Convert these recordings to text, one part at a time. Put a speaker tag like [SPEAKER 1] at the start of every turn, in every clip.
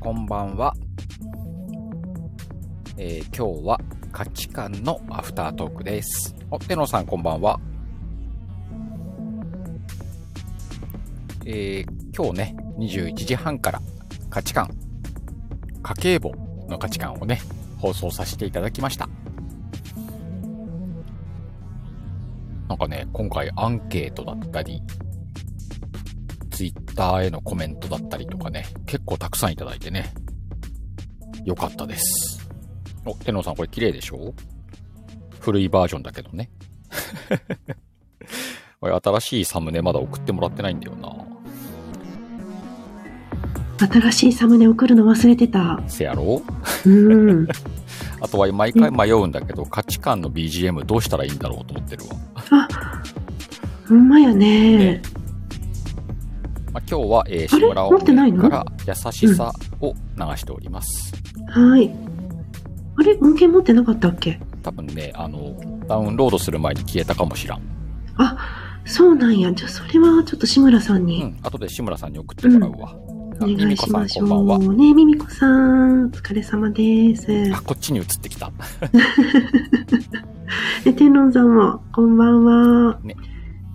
[SPEAKER 1] こんばんは、えー今日は価値観のアフタートークですおてのさんこんばんはえー今日ね21時半から価値観家計簿の価値観をね放送させていただきましたなんかね今回アンケートだったりツイッターへのコメントだったりとかね、結構たくさんいただいてね、よかったです。お、天皇さんこれ綺麗でしょ古いバージョンだけどね。 これ新しいサムネまだ送ってもらってないんだよな。
[SPEAKER 2] 新しいサムネ送るの忘れてた。
[SPEAKER 1] せやろ
[SPEAKER 2] うん。
[SPEAKER 1] あとは毎回迷うんだけど、価値観の BGM どうしたらいいんだろうと思ってるわ。
[SPEAKER 2] ほんまやね。
[SPEAKER 1] ねまあ、今日は、えー、
[SPEAKER 2] あれ
[SPEAKER 1] 志村
[SPEAKER 2] 持ってない
[SPEAKER 1] 音
[SPEAKER 2] の
[SPEAKER 1] から優しさを流しております。
[SPEAKER 2] はい。あれ音源持ってなかったっけ
[SPEAKER 1] 多分ね、あの、ダウンロードする前に消えたかもしらん。
[SPEAKER 2] あ、そうなんや。じゃあそれはちょっと志村さん
[SPEAKER 1] う
[SPEAKER 2] に
[SPEAKER 1] ん、後で志村さんに送ってもらうわ。
[SPEAKER 2] お願いしましょう。
[SPEAKER 1] あミミコさんこんばん
[SPEAKER 2] ねミミコさん、お疲れ様です。
[SPEAKER 1] あ、こっちに移ってき た。
[SPEAKER 2] で、天狼さんも、こんばんは。
[SPEAKER 1] ね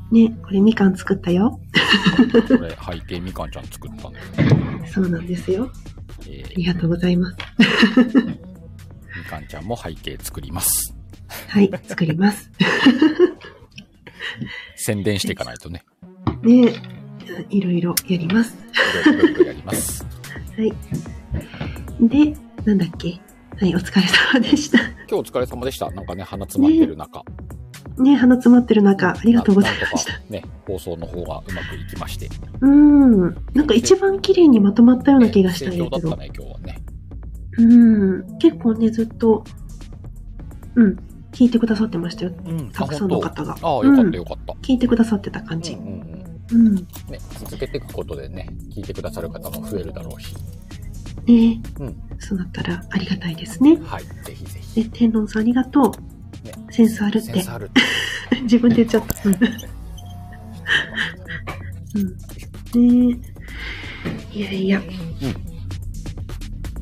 [SPEAKER 2] ね、これみかん作ったよ。
[SPEAKER 1] これ、背景みかんちゃん作ったんだよね。
[SPEAKER 2] そうなんですよ。
[SPEAKER 1] え
[SPEAKER 2] あ
[SPEAKER 1] ー
[SPEAKER 2] りがとうございます。
[SPEAKER 1] みかんちゃんも背景作ります。
[SPEAKER 2] はい、作ります。
[SPEAKER 1] 宣伝していかないとね、
[SPEAKER 2] ねいろいろやります。
[SPEAKER 1] いろいろやります。
[SPEAKER 2] はい。で、なんだっけはい、お疲れ様でした。
[SPEAKER 1] 今日お疲れ様でした。なんかね、鼻詰まってる中。あ
[SPEAKER 2] ね、鼻詰まってる中、ありがとうございました。
[SPEAKER 1] なんとかね、放送の方がうまくいきまして。
[SPEAKER 2] うん。なんか一番綺麗にまとまったような気がしたん
[SPEAKER 1] ね
[SPEAKER 2] や
[SPEAKER 1] 盛
[SPEAKER 2] け
[SPEAKER 1] 況だ
[SPEAKER 2] ど
[SPEAKER 1] った。ね、今日はね。
[SPEAKER 2] うん。結構ね、ずっと、うん、聞いてくださってましたよ。
[SPEAKER 1] うん、
[SPEAKER 2] たくさんの方が。
[SPEAKER 1] あ、本当あ、よか
[SPEAKER 2] う
[SPEAKER 1] っ
[SPEAKER 2] ん
[SPEAKER 1] た、よかった。
[SPEAKER 2] 聞いてくださってた感
[SPEAKER 1] う
[SPEAKER 2] じ
[SPEAKER 1] ん。うんうん。
[SPEAKER 2] うん。
[SPEAKER 1] ね、続けていくことでね、聞いてくださる方も増えるだろうし。
[SPEAKER 2] ね、
[SPEAKER 1] うん
[SPEAKER 2] そうなったらありがたいですね。
[SPEAKER 1] はい、ぜひぜひ。
[SPEAKER 2] で、天論さんありがとう。
[SPEAKER 1] ね
[SPEAKER 2] センスあるっ
[SPEAKER 1] セン
[SPEAKER 2] て
[SPEAKER 1] ス。ある。
[SPEAKER 2] 自分で言っちゃった。うんうん。ねえ。いやいや。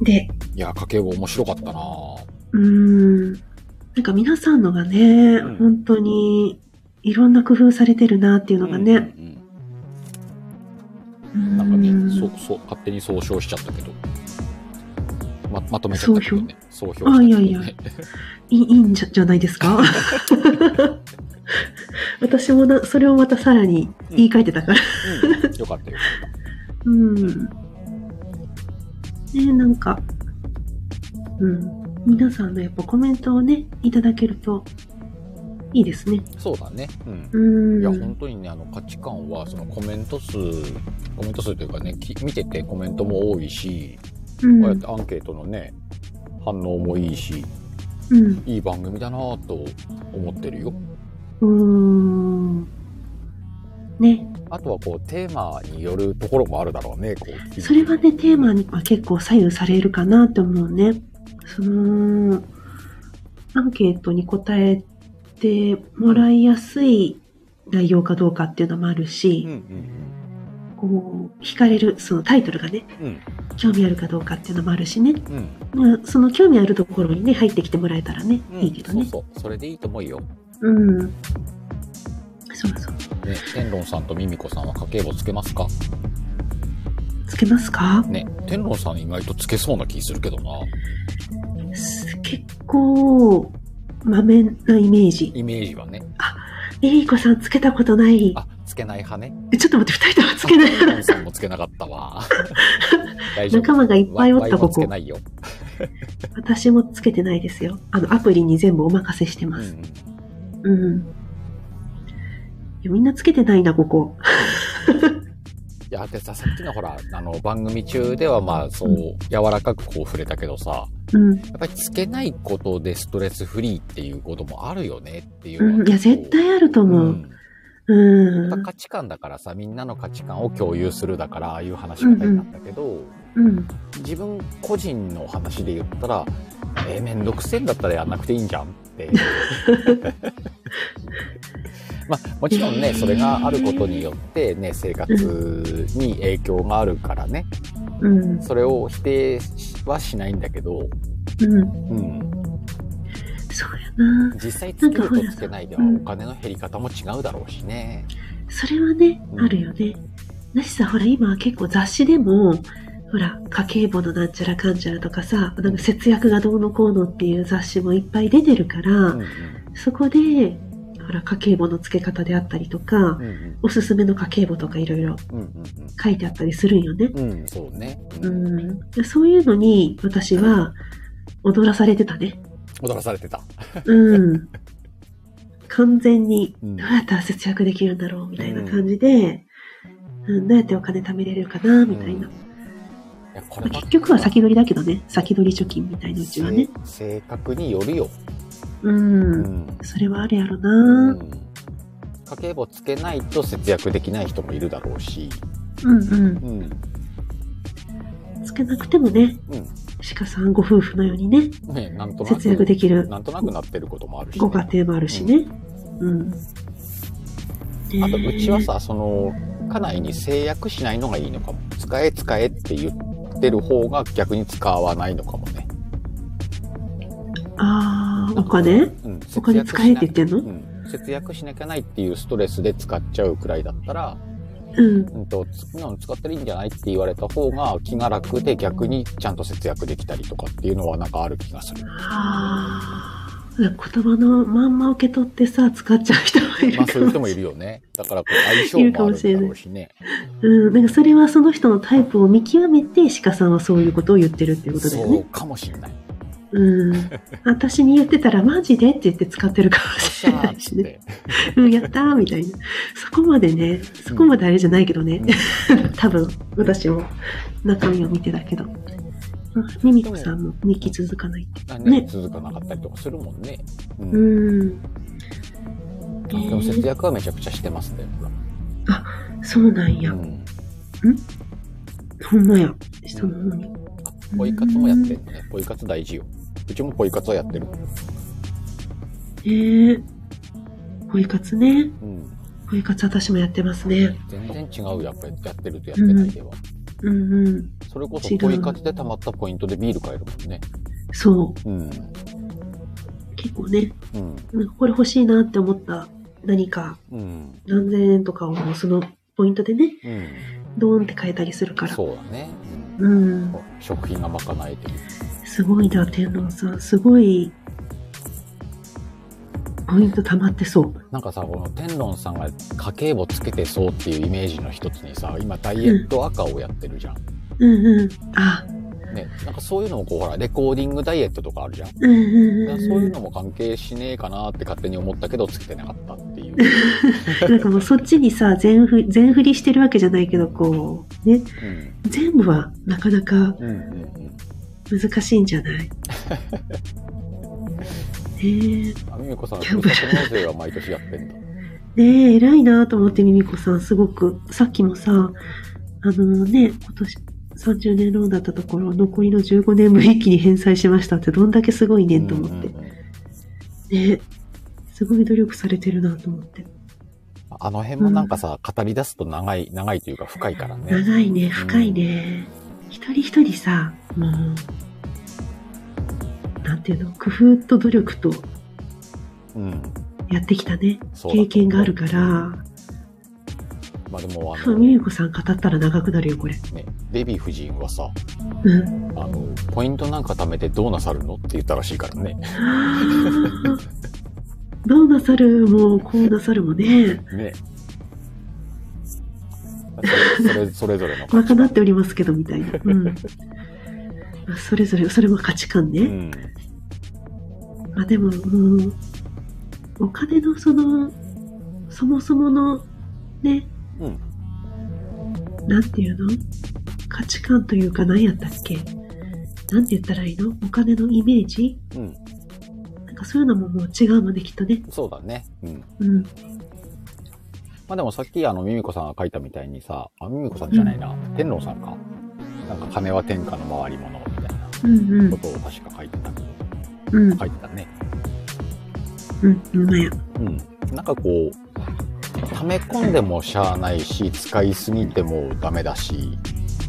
[SPEAKER 2] で、
[SPEAKER 1] いや、家計簿面白かったなぁ。
[SPEAKER 2] うーん。なんか皆さんのがね、
[SPEAKER 1] うん
[SPEAKER 2] 本当に、いろんな工夫されてるなっていうのがね。
[SPEAKER 1] うんうん
[SPEAKER 2] うん
[SPEAKER 1] うん、なんかね、そう、そう、勝手に総称しちゃったけど。ま、まとめちゃったけどね。総評
[SPEAKER 2] あいや
[SPEAKER 1] し
[SPEAKER 2] い
[SPEAKER 1] ちゃ
[SPEAKER 2] や
[SPEAKER 1] ったけどね。
[SPEAKER 2] いいいいんじゃじゃないですか 私もな、それをまたさらに言い換えてたから。
[SPEAKER 1] うんよかったよかっ
[SPEAKER 2] うん。ねえなんか、うん。皆さんのやっぱコメントをね、いただけると、いいですね。
[SPEAKER 1] た。そうだね。うん。
[SPEAKER 2] うん。
[SPEAKER 1] いや、本当にね、あの、価値観は、そのコメント数、コメント数というかね、き見ててコメントも多いし、
[SPEAKER 2] うん
[SPEAKER 1] こうやってアンケートのね、反応もいいし、
[SPEAKER 2] うん。
[SPEAKER 1] いい番組だなぁと思ってるよ。
[SPEAKER 2] うーん。ね。
[SPEAKER 1] あとはこう、テーマによるところもあるだろうね、こう。
[SPEAKER 2] それはね、テーマには結構左右されるかなと思うね。その、アンケートに答えてもらいやすい内容かどうかっていうのもある
[SPEAKER 1] うん
[SPEAKER 2] し、
[SPEAKER 1] うん
[SPEAKER 2] こう、惹かれる、そのタイトルがね、
[SPEAKER 1] うん。
[SPEAKER 2] 興味あるかどうかっていうのもあるしね。
[SPEAKER 1] うんうん。
[SPEAKER 2] まあその興味あるところにね、入ってきてもらえたらね、
[SPEAKER 1] うん
[SPEAKER 2] いいけどね。
[SPEAKER 1] そうそうそれでいいと思うよ、ね、
[SPEAKER 2] うん。そうそう。
[SPEAKER 1] 天論さんとミミコさんは家計簿つけますか
[SPEAKER 2] つけますか
[SPEAKER 1] ね天論さん意外とつけそうな気するけどな
[SPEAKER 2] 結構、まめなイメージ。
[SPEAKER 1] イメージはね
[SPEAKER 2] えりこさんつけたことない。
[SPEAKER 1] あつけない派ね
[SPEAKER 2] えちょっと待って、二人ともつけ ない。
[SPEAKER 1] 天論さんもつけなかった わ大
[SPEAKER 2] 仲間がいっぱいおっ
[SPEAKER 1] ワイ
[SPEAKER 2] た、
[SPEAKER 1] ワイも
[SPEAKER 2] こ
[SPEAKER 1] つけ
[SPEAKER 2] こ。
[SPEAKER 1] ないよ、
[SPEAKER 2] 私もつけてないですよ。あの、アプリに全部お任せして
[SPEAKER 1] うん
[SPEAKER 2] ま
[SPEAKER 1] うん
[SPEAKER 2] す。うん。いやみんなつけてないな、ここ。
[SPEAKER 1] いやでささっきのほらあの番組中ではまあそう柔らかくこう触れたけどさ
[SPEAKER 2] うん。
[SPEAKER 1] やっぱりつけないことでストレスフリーっていうこともあるよねっていうの
[SPEAKER 2] う
[SPEAKER 1] は
[SPEAKER 2] ん、いや、絶対あると
[SPEAKER 1] う
[SPEAKER 2] 思う。
[SPEAKER 1] ん
[SPEAKER 2] うん。
[SPEAKER 1] やっぱ価値観だからさみんなの価値観を共有するだからああいう話し方になったけど、
[SPEAKER 2] うん。
[SPEAKER 1] 自分個人の話で言ったら「えー、めんどくせえんだったらやんなくていいんじゃん」って。 まあ、もちろんねそれがあることによってね生活に影響があるからね
[SPEAKER 2] うん。
[SPEAKER 1] それを否定しはしないんだけど、
[SPEAKER 2] うん。
[SPEAKER 1] うん、
[SPEAKER 2] そうやな。
[SPEAKER 1] 実際つける
[SPEAKER 2] なんかほ
[SPEAKER 1] と
[SPEAKER 2] ら
[SPEAKER 1] つけないでは
[SPEAKER 2] うん
[SPEAKER 1] お金の減り方も違うだろうしね。
[SPEAKER 2] それはね
[SPEAKER 1] う、ん
[SPEAKER 2] あるよね。だしさ、ほら、今結構雑誌でも、ほら、家計簿のなんちゃらかんちゃらとかさ、なんか節約がどうのこうのっていう雑誌もいっぱい出てるから、
[SPEAKER 1] うんうん
[SPEAKER 2] そこで、ほら、家計簿の付け方であったりとか、
[SPEAKER 1] うんうん
[SPEAKER 2] おすすめの家計簿とかいろいろ
[SPEAKER 1] うん
[SPEAKER 2] 書いてあったりするんよね。
[SPEAKER 1] うんうん、そうね。う、
[SPEAKER 2] うんん。そういうのに、私は、踊らされてたね。
[SPEAKER 1] 踊らされてた。
[SPEAKER 2] うん。完全に、
[SPEAKER 1] うん
[SPEAKER 2] どうやったら節約できるんだろうみたいな感じで、うん、どうやってお金貯めれるかなみたいな。
[SPEAKER 1] うんいやこ
[SPEAKER 2] まあ
[SPEAKER 1] ばっか
[SPEAKER 2] 結局は先取りだけどね。先取り貯金みたいなうちはね。
[SPEAKER 1] せ性格によるよ。
[SPEAKER 2] う。
[SPEAKER 1] うんん。
[SPEAKER 2] それはあるやろ
[SPEAKER 1] う。
[SPEAKER 2] なん
[SPEAKER 1] 家計簿つけないと節約できない人もいるだろうし。
[SPEAKER 2] うんうん。
[SPEAKER 1] うん。
[SPEAKER 2] つけなくてもね、
[SPEAKER 1] う
[SPEAKER 2] 鹿さんご夫婦のようにね、
[SPEAKER 1] ん。ね、なんとなく。
[SPEAKER 2] 節約できる
[SPEAKER 1] なんとなくなってることもあるし、
[SPEAKER 2] ご家庭もあるしね。うん。
[SPEAKER 1] あと、うちはさ、その、家内に制約しないのがいいのかも。使え、使えって言ってる方が逆に使わないのかもね。
[SPEAKER 2] ね。ああ、お金
[SPEAKER 1] うん。
[SPEAKER 2] お金使えって言ってんの
[SPEAKER 1] うん。節約しなきゃないっていうストレスで使っちゃうくらいだったら、
[SPEAKER 2] うん。
[SPEAKER 1] うんと、次の使ったらいいんじゃないって言われた方が気が楽で逆にちゃんと節約できたりとかっていうのはなんかある気がする。
[SPEAKER 2] あー言葉のまんま受け取ってさ、使っちゃう人もい る
[SPEAKER 1] まあそういう人
[SPEAKER 2] か
[SPEAKER 1] も
[SPEAKER 2] も
[SPEAKER 1] い
[SPEAKER 2] し
[SPEAKER 1] る
[SPEAKER 2] れ
[SPEAKER 1] よね。だからこう相性もあるんだろうしね。
[SPEAKER 2] うん、なんかそれはその人のタイプを見極めて、鹿さんはそういうことを言ってるっていうことだよ
[SPEAKER 1] そう
[SPEAKER 2] ね。
[SPEAKER 1] かもしれない。
[SPEAKER 2] うん。私に言ってたら、マジでって言って使ってるかも
[SPEAKER 1] おっし
[SPEAKER 2] し
[SPEAKER 1] ゃ
[SPEAKER 2] れな
[SPEAKER 1] ー
[SPEAKER 2] い
[SPEAKER 1] っ
[SPEAKER 2] し
[SPEAKER 1] つっ
[SPEAKER 2] ね。
[SPEAKER 1] て。
[SPEAKER 2] うん、やったーみたいな。そこまでね、そこまであれじゃないけどね。 多分、私も中身を見てだけど。あミミコさんも日記続かないって。
[SPEAKER 1] 何
[SPEAKER 2] ね
[SPEAKER 1] 々続かなかったりとかするもんね。うん
[SPEAKER 2] うん。
[SPEAKER 1] でも節約はめちゃくちゃしてますね。僕は
[SPEAKER 2] そうなんや
[SPEAKER 1] う。ん
[SPEAKER 2] ほんまや。下の方に。
[SPEAKER 1] あポイ活もやってるね。ポイ活大事よ。うちもポイ活はやってる。
[SPEAKER 2] えー、ポイ活ね。
[SPEAKER 1] うん。
[SPEAKER 2] ポイ活私もやってますね。
[SPEAKER 1] 全然違うよ。やっぱりやってるとやってないでは。
[SPEAKER 2] うんうん。
[SPEAKER 1] それこ
[SPEAKER 2] 違
[SPEAKER 1] そうポイ活で貯まったポイントでビール買えるもんね。
[SPEAKER 2] そ
[SPEAKER 1] うん。
[SPEAKER 2] う。結構ね、
[SPEAKER 1] うん。
[SPEAKER 2] なんかこれ欲しいなって思った何か
[SPEAKER 1] うん。
[SPEAKER 2] 何千円とかをもうそのポイントでね、
[SPEAKER 1] うん。
[SPEAKER 2] ドーンって変えたりするから。
[SPEAKER 1] そうだね。うん
[SPEAKER 2] うん。
[SPEAKER 1] 食品が賄えてる。
[SPEAKER 2] すごいな、天皇さん。すごい、ポイント溜まってそう。
[SPEAKER 1] なんかさ、この天論さんが家計簿つけてそうっていうイメージの一つにさ、今ダイエット赤をやってるじゃん。
[SPEAKER 2] うんうん。あ、
[SPEAKER 1] ね。なんかそういうのもこう、ほら、レコーディングダイエットとかあるじゃん。
[SPEAKER 2] うんうん
[SPEAKER 1] だから
[SPEAKER 2] ん。
[SPEAKER 1] そういうのも関係しねえかなって勝手に思ったけどつけてなかったっていう、
[SPEAKER 2] なんかもうそっちにさ、全振り、全振りしてるわけじゃないけど、こう、ね、
[SPEAKER 1] うん、
[SPEAKER 2] 全部はなかなか
[SPEAKER 1] うんうんうん
[SPEAKER 2] 難しいんじゃない ねえ
[SPEAKER 1] あみみこさん
[SPEAKER 2] キ
[SPEAKER 1] ふ
[SPEAKER 2] ャン
[SPEAKER 1] る
[SPEAKER 2] プ
[SPEAKER 1] さと納税は毎年やってんだ
[SPEAKER 2] ねえ、偉いなと思って、ミミコさん、すごく。さっきもさ、あのね、今年30年ローンだったところ、残りの15年分一気に返済しましたって、どんだけすごいねんと思って。
[SPEAKER 1] うんうんうん
[SPEAKER 2] ねえ、すごい努力されてるなと思って。
[SPEAKER 1] あの辺もなんかさ、語り出すと長い長いというか深いからね
[SPEAKER 2] 長いね、深いね。一人一人さ、もう、なんていうの、工夫と努力と
[SPEAKER 1] うん
[SPEAKER 2] やってきたね。
[SPEAKER 1] そうだ
[SPEAKER 2] 経験があるから、
[SPEAKER 1] まあでもあ
[SPEAKER 2] そう、
[SPEAKER 1] の
[SPEAKER 2] みゆこさん語ったら長くなるよ、これ。
[SPEAKER 1] ねデヴィ夫人はさ
[SPEAKER 2] うん。
[SPEAKER 1] あのポイントなんか貯めてどうなさるのって言ったらしいからね
[SPEAKER 2] どうなさるも、こうなさるもね、
[SPEAKER 1] ねそれそれそれぞれの価値
[SPEAKER 2] 賄っておりますけど、みたいな。うん。まあそれぞれ、それも価値観
[SPEAKER 1] う
[SPEAKER 2] ね。
[SPEAKER 1] ん
[SPEAKER 2] まあでも、もう、お金のその、そもそもの、ね、
[SPEAKER 1] うん
[SPEAKER 2] なんていうの価値観というか何やったっけなんて言ったらいいのお金のイメージ
[SPEAKER 1] うん
[SPEAKER 2] なんかそういうのももう違うもんね、きっとね。
[SPEAKER 1] そうだねうん
[SPEAKER 2] うん。
[SPEAKER 1] まあでもさっきあの、ミミコさんが書いたみたいにさ、あ、ミミコさんじゃないな、天皇さんか。なんか金は天下の回り物みたいな
[SPEAKER 2] うんう
[SPEAKER 1] こ
[SPEAKER 2] ん。
[SPEAKER 1] とを確か書いてたけど、
[SPEAKER 2] うん。
[SPEAKER 1] 書いてたね。
[SPEAKER 2] うん。うんまや。
[SPEAKER 1] うん。なんかこう、溜め込んでもしゃあないし、使いすぎてもダメだし、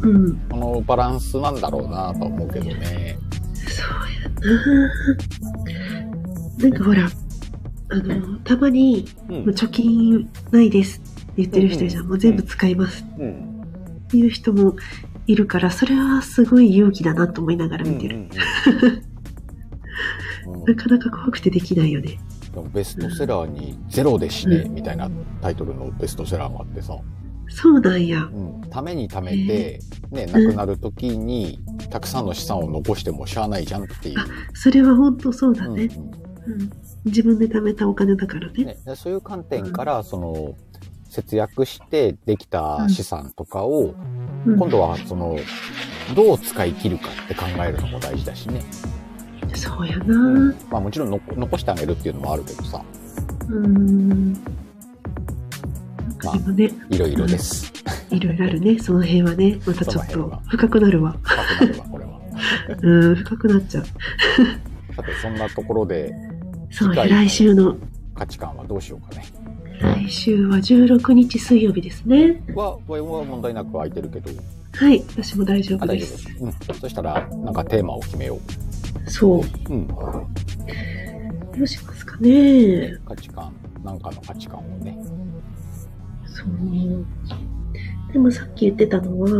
[SPEAKER 2] うん。
[SPEAKER 1] このバランスなんだろうなとは思うけどね。
[SPEAKER 2] そうやな。なんかほら、あの、たまに、
[SPEAKER 1] う。
[SPEAKER 2] もうん貯金ないですって言ってる人いるじゃん。もう全部使います
[SPEAKER 1] うん。
[SPEAKER 2] っていう人もいるから、それはすごい勇気だなと思いながら見てる。
[SPEAKER 1] うんうんうんうん
[SPEAKER 2] なかなか怖くてできないよね。
[SPEAKER 1] でもベストセラーに「ゼロで死ね」みたいなタイトルのベストセラーもあってさ、
[SPEAKER 2] そうなんや。
[SPEAKER 1] ためにためて、ね、亡くなる時にたくさんの資産を残してもしゃあないじゃんっていう、
[SPEAKER 2] それは本当そうだ
[SPEAKER 1] うん
[SPEAKER 2] ね。うん。自分で貯めたお金だからね。
[SPEAKER 1] ね、でそういう観点からその節約してできた資産とかを
[SPEAKER 2] うん
[SPEAKER 1] 今。度はそのどう使い切るかって考えるのも大事だしね、
[SPEAKER 2] そうやな。
[SPEAKER 1] まあ、もちろんの残してあげるっていうのもあるけどさ
[SPEAKER 2] うん。なんかでもね、
[SPEAKER 1] いろいろです
[SPEAKER 2] いろいろあるね。その辺はね、またちょっ
[SPEAKER 1] その辺
[SPEAKER 2] と
[SPEAKER 1] は
[SPEAKER 2] 深くなるわ。
[SPEAKER 1] 深くなるわこれは。
[SPEAKER 2] うん、深くなっちゃう。
[SPEAKER 1] さてそんなところで
[SPEAKER 2] そうや、
[SPEAKER 1] 次回
[SPEAKER 2] 来週の、
[SPEAKER 1] 価値観はどうしようかね。
[SPEAKER 2] 来週は16日水曜日ですね。
[SPEAKER 1] は、はは問題なく空いてるけど。
[SPEAKER 2] はい、私も大丈
[SPEAKER 1] あ、
[SPEAKER 2] 夫
[SPEAKER 1] 大
[SPEAKER 2] で
[SPEAKER 1] 丈
[SPEAKER 2] す。
[SPEAKER 1] 夫。うん。そしたら、なんかテーマを決めよ
[SPEAKER 2] そう。
[SPEAKER 1] う。うん。
[SPEAKER 2] どうしますかね。
[SPEAKER 1] 価値観、なんかの価値観をね。
[SPEAKER 2] そう。でもさっき言ってたのは、
[SPEAKER 1] ん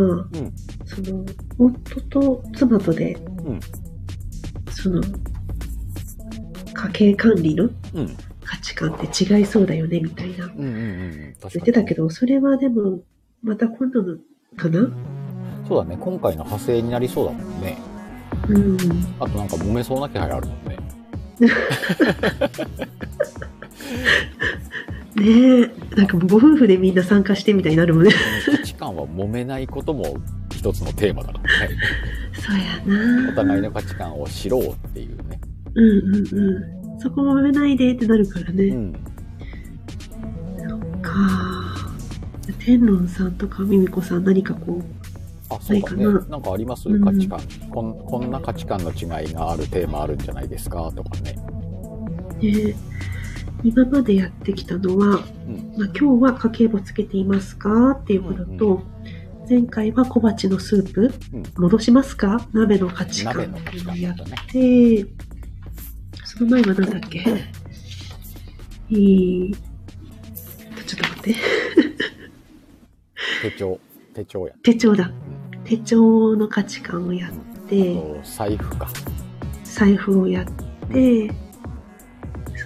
[SPEAKER 2] その、夫と妻とで、
[SPEAKER 1] うん
[SPEAKER 2] その、家計管理の
[SPEAKER 1] うん。
[SPEAKER 2] 価値観って違いそうだよね、みたいな。
[SPEAKER 1] うんうんうん。確かに。
[SPEAKER 2] 言ってたけど、それはでも、また今度のかな
[SPEAKER 1] そうだね。今回の派生になりそうだもんね。
[SPEAKER 2] うん。
[SPEAKER 1] あとなんか揉めそうな気配あるもん ね。
[SPEAKER 2] ねえ、なんかもうご夫婦でみんな参加してみたいになるもんね。
[SPEAKER 1] こ の価値観は揉めないことも一つのテーマだからね。
[SPEAKER 2] そうやな
[SPEAKER 1] お互いの価値観を知ろうっていうね。
[SPEAKER 2] うんうんうん。そこもめないでってなるからね。
[SPEAKER 1] うん。
[SPEAKER 2] か天論さんとかミミコさん何かこ
[SPEAKER 1] あ、そうだね。
[SPEAKER 2] ないか
[SPEAKER 1] なんかあります
[SPEAKER 2] うん
[SPEAKER 1] 価値観、こん。こんな価値観の違いがあるテーマあるんじゃないですかとかね。
[SPEAKER 2] う、ね、今までやってきたのは、
[SPEAKER 1] ん
[SPEAKER 2] まあ、今日は家計簿つけていますかっていうことと、前回は小鉢のスープ、
[SPEAKER 1] うん
[SPEAKER 2] 戻しますか鍋の価値観
[SPEAKER 1] 鍋の価値観だ
[SPEAKER 2] やっ
[SPEAKER 1] ったね。
[SPEAKER 2] てその前は何だっけえーちょっと待って
[SPEAKER 1] 手帳。手帳や。
[SPEAKER 2] 手帳だ手帳の価値観をやって、
[SPEAKER 1] と財布か。
[SPEAKER 2] 財布をやって、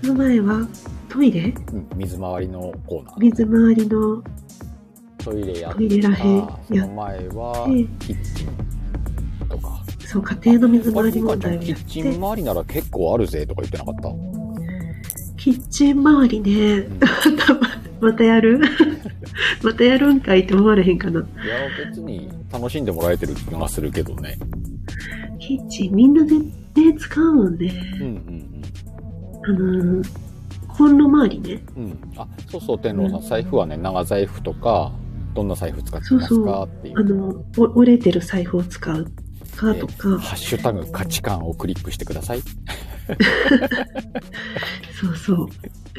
[SPEAKER 2] その前はトイレ
[SPEAKER 1] うん、水回りのコーナー。
[SPEAKER 2] 水回りの、
[SPEAKER 1] トイレやっ
[SPEAKER 2] トイレら
[SPEAKER 1] た。
[SPEAKER 2] へん
[SPEAKER 1] その前は
[SPEAKER 2] やっ、
[SPEAKER 1] キッチンとか。
[SPEAKER 2] そう、家庭の水回り問
[SPEAKER 1] あれ
[SPEAKER 2] 題を
[SPEAKER 1] キ
[SPEAKER 2] やっ
[SPEAKER 1] ッチン
[SPEAKER 2] て、
[SPEAKER 1] 周りなら結構あるぜとか言ってなかった。
[SPEAKER 2] キッチン周りね
[SPEAKER 1] うん、
[SPEAKER 2] またやる またやるんかいって思われへんかな。
[SPEAKER 1] いや、別に楽しんでもらえてる気がするけどね。
[SPEAKER 2] キッチンみんなで、ね、使うもんね。
[SPEAKER 1] うんうん
[SPEAKER 2] あのーコンロ周りね。
[SPEAKER 1] うん。うん。あ、そうそう、天狼さん、財布はね、長財布とか、どんな財布使ってま
[SPEAKER 2] そ
[SPEAKER 1] す
[SPEAKER 2] うそ
[SPEAKER 1] かってい
[SPEAKER 2] あ
[SPEAKER 1] う。
[SPEAKER 2] の、お折れてる財布を使うかとか、
[SPEAKER 1] ハッシュタグ価値観をクリックしてください。
[SPEAKER 2] そうそう。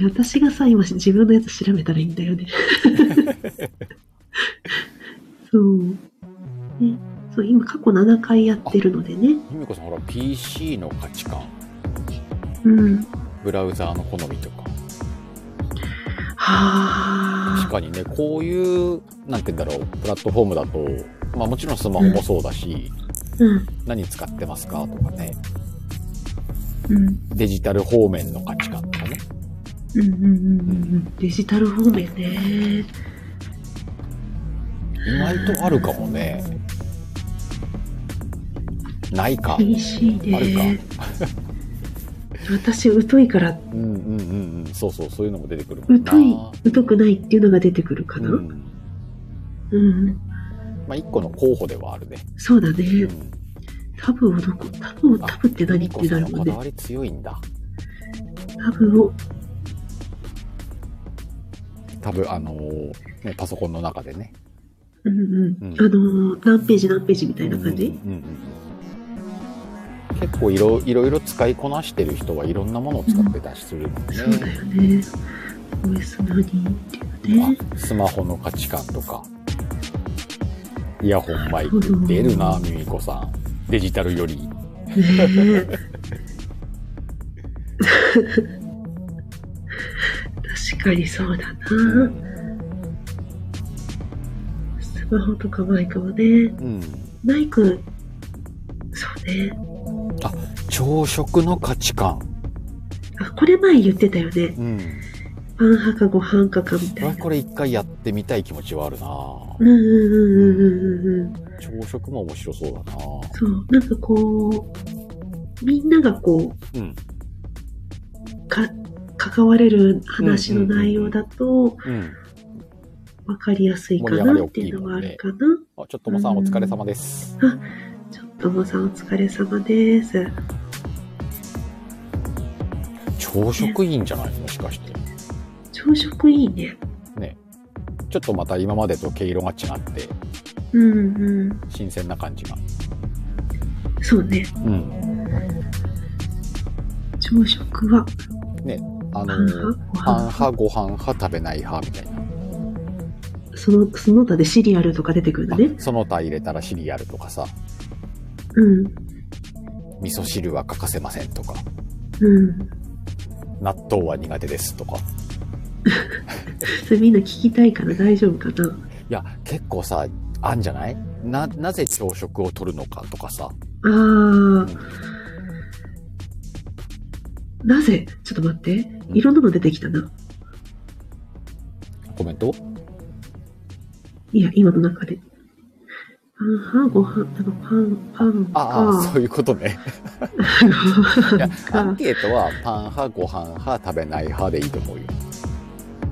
[SPEAKER 2] 私がさ、今自分のやつ調べたらいいん だよね。そう。ね、そう、今過去7回やってるのでね。
[SPEAKER 1] ゆみこさん、ほら、PC の価値観、
[SPEAKER 2] うん。は
[SPEAKER 1] ブラウザーの好みとか。確
[SPEAKER 2] あ。
[SPEAKER 1] かにね、こういう、なんて言うんだろう、プラットフォームだと、まあもちろんスマホもそうだし、
[SPEAKER 2] うん。
[SPEAKER 1] 何使ってますかとかね、
[SPEAKER 2] うん。
[SPEAKER 1] デジタル方面の価値観とかね。
[SPEAKER 2] うんうんうんうん。デジタル方面ね。
[SPEAKER 1] 意外とあるかもね。ないか。
[SPEAKER 2] PC
[SPEAKER 1] ある
[SPEAKER 2] で
[SPEAKER 1] か。
[SPEAKER 2] 私、疎いから、
[SPEAKER 1] うんうんうんうん。そうそう、そういうのも出てくるもんな。
[SPEAKER 2] 疎い、疎くないっていうのが出てくるかな。
[SPEAKER 1] う
[SPEAKER 2] う
[SPEAKER 1] ん。
[SPEAKER 2] ん。
[SPEAKER 1] まあ一個の候補ではあるね。
[SPEAKER 2] そうだ
[SPEAKER 1] う
[SPEAKER 2] ね。
[SPEAKER 1] ん。
[SPEAKER 2] タブをどこ、タブを、タブって
[SPEAKER 1] ゆ
[SPEAKER 2] 何
[SPEAKER 1] み
[SPEAKER 2] っ
[SPEAKER 1] こ
[SPEAKER 2] て
[SPEAKER 1] さ
[SPEAKER 2] なん
[SPEAKER 1] は
[SPEAKER 2] るも
[SPEAKER 1] こ
[SPEAKER 2] ん
[SPEAKER 1] だ
[SPEAKER 2] ね。
[SPEAKER 1] わり強いんだ。
[SPEAKER 2] タブを、
[SPEAKER 1] 多分、あのーね、パソコンの中でね。
[SPEAKER 2] うんう
[SPEAKER 1] うん
[SPEAKER 2] ん、あのー何ページ何ページみたいな感じ、
[SPEAKER 1] うんうんうんうん結構いろいろいろ使いこなしてる人はいろんなものを使ってたりするもんね、
[SPEAKER 2] そうだよね OS 何っていうね
[SPEAKER 1] あスマホの価値観とかイヤホンマイク出るな、ミミコさん。デジタルより。
[SPEAKER 2] ねえ確かにそうだなスマホとかマイクもね
[SPEAKER 1] うん。
[SPEAKER 2] マイクそうね
[SPEAKER 1] 朝食の価値観。
[SPEAKER 2] あこれ前言ってたよね
[SPEAKER 1] うん。
[SPEAKER 2] パン派かご飯かかみたい
[SPEAKER 1] 俺
[SPEAKER 2] な
[SPEAKER 1] これ一回やってみたい気持ちはあるな
[SPEAKER 2] うんうんうんうんうんうん
[SPEAKER 1] 朝食も面白そうだな
[SPEAKER 2] そうなんかこうみんながこ
[SPEAKER 1] うん。
[SPEAKER 2] うか関われる話の内容だと
[SPEAKER 1] うん。
[SPEAKER 2] 分かりやすいかなっていうのはあるかな、
[SPEAKER 1] あ、ちょっともさんお疲れ様です。
[SPEAKER 2] ちょっともさんお疲れ様です。
[SPEAKER 1] 朝食いいんじゃないもしかして。
[SPEAKER 2] 朝食いいね。
[SPEAKER 1] ちょっとまた今までと毛色が違って、
[SPEAKER 2] うんうん。
[SPEAKER 1] 新鮮な感じが。
[SPEAKER 2] そうね。
[SPEAKER 1] うん。
[SPEAKER 2] 朝食は
[SPEAKER 1] あ
[SPEAKER 2] パ
[SPEAKER 1] の
[SPEAKER 2] ン派
[SPEAKER 1] ー、
[SPEAKER 2] ご
[SPEAKER 1] パン
[SPEAKER 2] 飯
[SPEAKER 1] 派、ご飯派、食べない派みたいな。
[SPEAKER 2] その、その他でシリアルとか出てくるんだね。
[SPEAKER 1] その他入れたらシリアルとかさ、
[SPEAKER 2] うん。
[SPEAKER 1] 味噌汁は欠かせませんとか、
[SPEAKER 2] うん。
[SPEAKER 1] 納豆は苦手ですとか。
[SPEAKER 2] それみんな聞きたいから大丈夫かな。
[SPEAKER 1] いや、結構さ、あんじゃないな、なぜ朝食をとるのかとかさ。
[SPEAKER 2] あー。なぜちょっと待って。いろんなの出てきたな。
[SPEAKER 1] コメント
[SPEAKER 2] いや、今の中で。パン派ご飯、なんかパン、パン
[SPEAKER 1] ああ、
[SPEAKER 2] か。
[SPEAKER 1] そういうことね。いや、
[SPEAKER 2] か
[SPEAKER 1] アンケートはパン派、ご飯派、食べない派でいいと思うよ。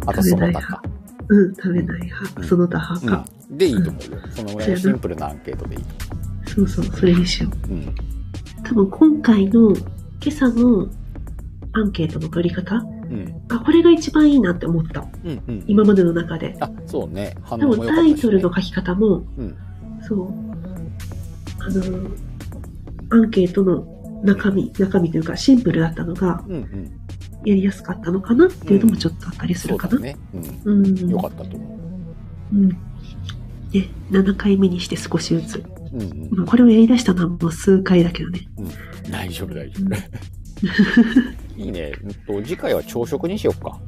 [SPEAKER 1] あとその他か。
[SPEAKER 2] うん、食べない派。その他派か。
[SPEAKER 1] うん。でいいと思うよ。そのぐらいの
[SPEAKER 2] そ
[SPEAKER 1] シ
[SPEAKER 2] うやな
[SPEAKER 1] ンプルなアンケートでいいと
[SPEAKER 2] そうそう、それにしよう。
[SPEAKER 1] 思う。うん。
[SPEAKER 2] 多分今回の今朝のアンケートの取り方
[SPEAKER 1] うん。
[SPEAKER 2] あこれが一番いいなって思った
[SPEAKER 1] うん。うん。
[SPEAKER 2] 今までの中で
[SPEAKER 1] あ、そうね。反
[SPEAKER 2] 多
[SPEAKER 1] 応も
[SPEAKER 2] 分
[SPEAKER 1] 良かった
[SPEAKER 2] タ
[SPEAKER 1] し、ね。
[SPEAKER 2] イトルの書き方も、
[SPEAKER 1] うん
[SPEAKER 2] そうあのーアンケートの中身中身というかシンプルだったのが
[SPEAKER 1] うんうん。
[SPEAKER 2] やりやすかったのかなっていうのもちょっとあったりす
[SPEAKER 1] そ
[SPEAKER 2] る
[SPEAKER 1] う
[SPEAKER 2] か
[SPEAKER 1] だ
[SPEAKER 2] な、
[SPEAKER 1] ね。うん。
[SPEAKER 2] うん
[SPEAKER 1] 良かったと思う。
[SPEAKER 2] うんね7回目にして少しずつ
[SPEAKER 1] うんうん。
[SPEAKER 2] まあこれをやりだしたのはもう数回だけどね、
[SPEAKER 1] 大丈夫、大丈
[SPEAKER 2] うん
[SPEAKER 1] 夫。いいね。うんと、次回は朝食にしよっか。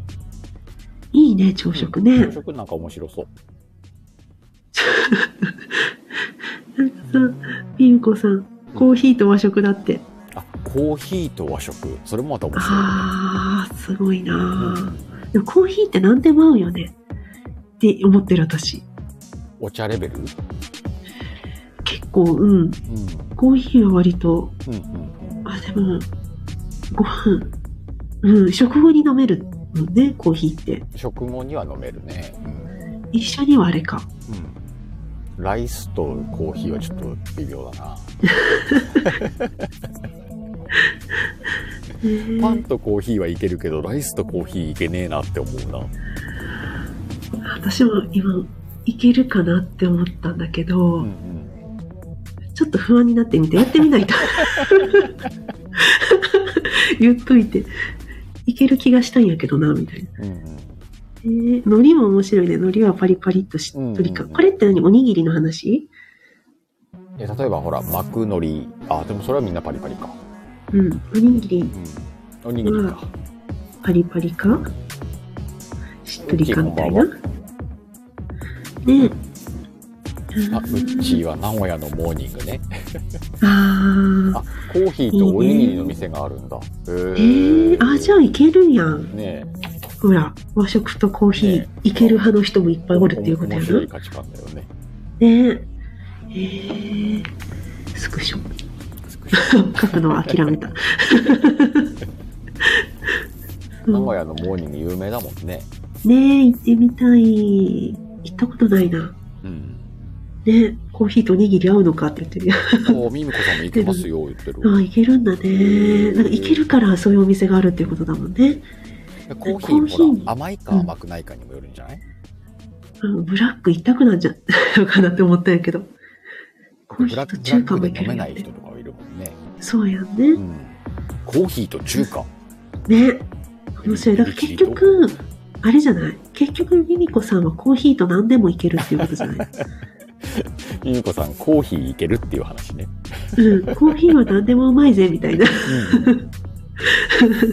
[SPEAKER 2] いいね朝食ね、
[SPEAKER 1] 朝食なんか面白そう。
[SPEAKER 2] なんかさ、ピンコさん、コーヒーと和食だって。
[SPEAKER 1] あ、コーヒーと和食。それもまた面白い。
[SPEAKER 2] あー、すごいなぁ。でもコーヒーって何でも合うよね。って思ってる私。
[SPEAKER 1] お茶レベルうん。
[SPEAKER 2] 結構、うん。コーヒーは割と、
[SPEAKER 1] うんうん
[SPEAKER 2] あ、でも、ご飯。うん、食後に飲めるもんね、コーヒーって。
[SPEAKER 1] うん。食後には飲めるね。うん。
[SPEAKER 2] 一緒にはあれか。
[SPEAKER 1] うん。ライスとコーヒーはちょっと微妙だな。
[SPEAKER 2] へー
[SPEAKER 1] パンとコーヒーはいけるけど、ライスとコーヒーいけねえなって思うな。
[SPEAKER 2] 私も今、いけるかなって思ったんだけど、
[SPEAKER 1] うんうん。
[SPEAKER 2] ちょっと不安になってみて、やってみないと。 言っといて。いける気がしたんやけどな、みたい
[SPEAKER 1] う
[SPEAKER 2] な。
[SPEAKER 1] んうん。
[SPEAKER 2] えー、海苔も面白いね。海苔はパリパリっとしっと
[SPEAKER 1] うん
[SPEAKER 2] り
[SPEAKER 1] うん
[SPEAKER 2] 感。
[SPEAKER 1] うん
[SPEAKER 2] これって何おにぎりの話
[SPEAKER 1] え例えばほら、マクのり。あ、でもそれはみんなパリパリか。
[SPEAKER 2] うん。おにぎり、
[SPEAKER 1] うん。おにぎりか。
[SPEAKER 2] パリパリかしっとり感みたいな。
[SPEAKER 1] う
[SPEAKER 2] ねえ。
[SPEAKER 1] あ、ウッチーは名古屋のモーニングね。
[SPEAKER 2] ああ
[SPEAKER 1] あ、コーヒーとおにぎりの店があるんだ。
[SPEAKER 2] えー、あ、じゃあいけるやん。
[SPEAKER 1] ね
[SPEAKER 2] ほら、和食とコーヒー、
[SPEAKER 1] ねえ
[SPEAKER 2] いける派の人もいっぱいおるっていうことや
[SPEAKER 1] 面
[SPEAKER 2] な。
[SPEAKER 1] 白い価値観だよね。
[SPEAKER 2] ねえ。えー、スクショ。書くのは諦めた。
[SPEAKER 1] 名古屋のモーニング有名だもんね。
[SPEAKER 2] ねえ、行ってみたい。行ったことないな。
[SPEAKER 1] うん。
[SPEAKER 2] ねえ、コーヒーとおにぎり合うのかって言ってるよ。
[SPEAKER 1] おミミコさんも行けますよ、言ってる。
[SPEAKER 2] ああ、行けるんだね。なんか行けるからそういうお店があるっていうことだもんね。
[SPEAKER 1] コーヒーも
[SPEAKER 2] コーヒー
[SPEAKER 1] ほら、甘いか甘くないかにもよるんじゃない
[SPEAKER 2] あのブラック行きたくなっちゃった のかなって思ったんやけど。コーヒ
[SPEAKER 1] ブ
[SPEAKER 2] ー
[SPEAKER 1] ラッ
[SPEAKER 2] と
[SPEAKER 1] ク、ブ
[SPEAKER 2] 中
[SPEAKER 1] ラ
[SPEAKER 2] 華
[SPEAKER 1] ッ
[SPEAKER 2] も
[SPEAKER 1] ク
[SPEAKER 2] 行
[SPEAKER 1] で
[SPEAKER 2] け
[SPEAKER 1] 飲
[SPEAKER 2] る
[SPEAKER 1] め
[SPEAKER 2] よ
[SPEAKER 1] ない
[SPEAKER 2] ね
[SPEAKER 1] 人。とかはいるもんね。
[SPEAKER 2] そうやん
[SPEAKER 1] う
[SPEAKER 2] ね。
[SPEAKER 1] ん。コーヒーと中華。
[SPEAKER 2] ねえ。面白い。だから結局、あれじゃない結局、ミミコさんはコーヒーと何でもいけるっていうことじゃない
[SPEAKER 1] ゆうこさん、コーヒーいけるっていう話ね。
[SPEAKER 2] うん、コーヒーは何でもうまいぜ、みたいな。ね、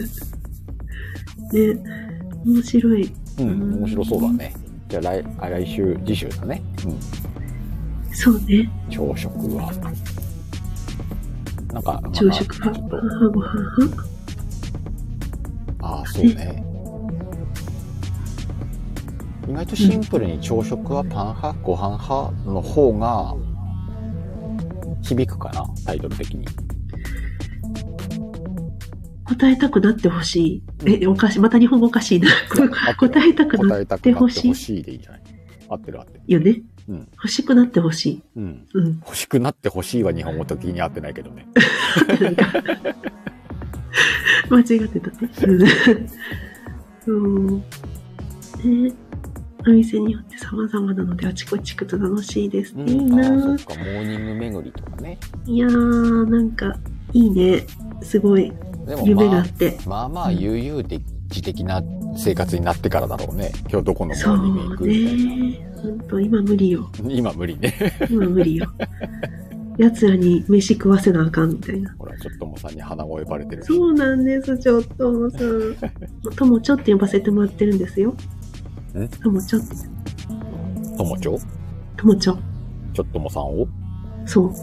[SPEAKER 2] 面白い。
[SPEAKER 1] うん。うん、面白そうだね。じゃあ来、あ来週、次週だね。うん。
[SPEAKER 2] そうね、
[SPEAKER 1] 朝食は。なんか、また
[SPEAKER 2] 朝食
[SPEAKER 1] ちょ
[SPEAKER 2] は、
[SPEAKER 1] っ
[SPEAKER 2] ご
[SPEAKER 1] と
[SPEAKER 2] 飯はご飯は。
[SPEAKER 1] ああ、そうね。意外とシンプルに朝食はパン派、ご飯派の方が響くかな、タイトル的に。
[SPEAKER 2] 答えたくなってほしい。え、おかしい。また日本語おかしいな。 答えたくな
[SPEAKER 1] 答
[SPEAKER 2] っ
[SPEAKER 1] えたく
[SPEAKER 2] て
[SPEAKER 1] なっ
[SPEAKER 2] ほ
[SPEAKER 1] て
[SPEAKER 2] し
[SPEAKER 1] ほ
[SPEAKER 2] い
[SPEAKER 1] しいでいいんじゃない合ってる合ってる。
[SPEAKER 2] よね。
[SPEAKER 1] うん。
[SPEAKER 2] 欲しくなってほしい。
[SPEAKER 1] うん。
[SPEAKER 2] うん。
[SPEAKER 1] 欲しくなってほしいは日本語的に合ってないけどね。
[SPEAKER 2] なんか間違ってたね。 うん。うん。ねお店によって様々なのであちこち行くと楽しいです。いい
[SPEAKER 1] ああ、そ
[SPEAKER 2] な
[SPEAKER 1] っか、モーニング巡りとかね。
[SPEAKER 2] いやー、なんか、いいね。すごい、
[SPEAKER 1] でも
[SPEAKER 2] 夢が
[SPEAKER 1] ま
[SPEAKER 2] あ
[SPEAKER 1] あ
[SPEAKER 2] っ、て。
[SPEAKER 1] まあまあ悠々的自的な生活になってからだろうね。今日どこのモ
[SPEAKER 2] そ
[SPEAKER 1] ーニング行
[SPEAKER 2] う
[SPEAKER 1] くみたいな。
[SPEAKER 2] ね。ほんと、今無理よ。
[SPEAKER 1] 今無理ね。
[SPEAKER 2] 今無理よ。 奴らに飯食わせなあかんみたいな。
[SPEAKER 1] ほら、ちょっともさんに鼻声バレてるし。
[SPEAKER 2] そうなんです、ちょっともさん。ともちょって呼ばせてもらってるんですよ
[SPEAKER 1] ん。
[SPEAKER 2] ともちょって。
[SPEAKER 1] ともちょ
[SPEAKER 2] ともちょ。
[SPEAKER 1] ちょっともさんを
[SPEAKER 2] そう。